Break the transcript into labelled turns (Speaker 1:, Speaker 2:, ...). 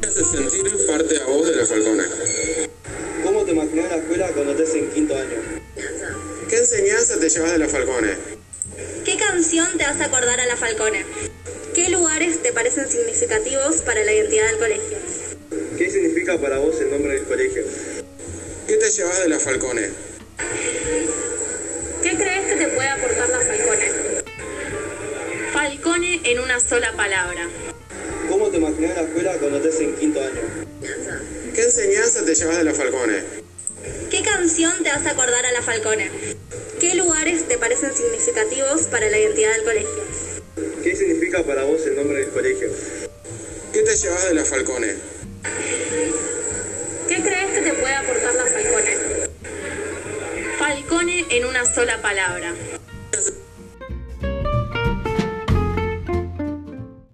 Speaker 1: te sentir parte a vos de la Falcona?
Speaker 2: ¿Cómo te imaginás la escuela cuando estés en quinto año?
Speaker 1: ¿Qué enseñanza te llevas de la Falcone?
Speaker 3: ¿Qué canción te hace acordar a la Falcone? ¿Qué lugares te parecen significativos para la identidad del colegio?
Speaker 2: ¿Qué significa para vos el nombre del colegio?
Speaker 1: ¿Qué te llevas de la Falcone?
Speaker 3: ¿Qué crees que te puede aportar la Falcone?
Speaker 4: Falcone en una sola palabra.
Speaker 2: ¿Cómo te imaginás la escuela cuando estés en quinto año?
Speaker 1: ¿Qué enseñanza te llevas de la Falcone?
Speaker 3: ¿Qué canción te hace acordar a la Falcone? ¿Qué lugares te parecen significativos para la identidad del colegio?
Speaker 2: ¿Qué significa para vos el nombre del colegio?
Speaker 1: ¿Qué te llevas de la Falcone?
Speaker 3: ¿Qué crees que te puede aportar la Falcone?
Speaker 4: Falcone en una sola palabra.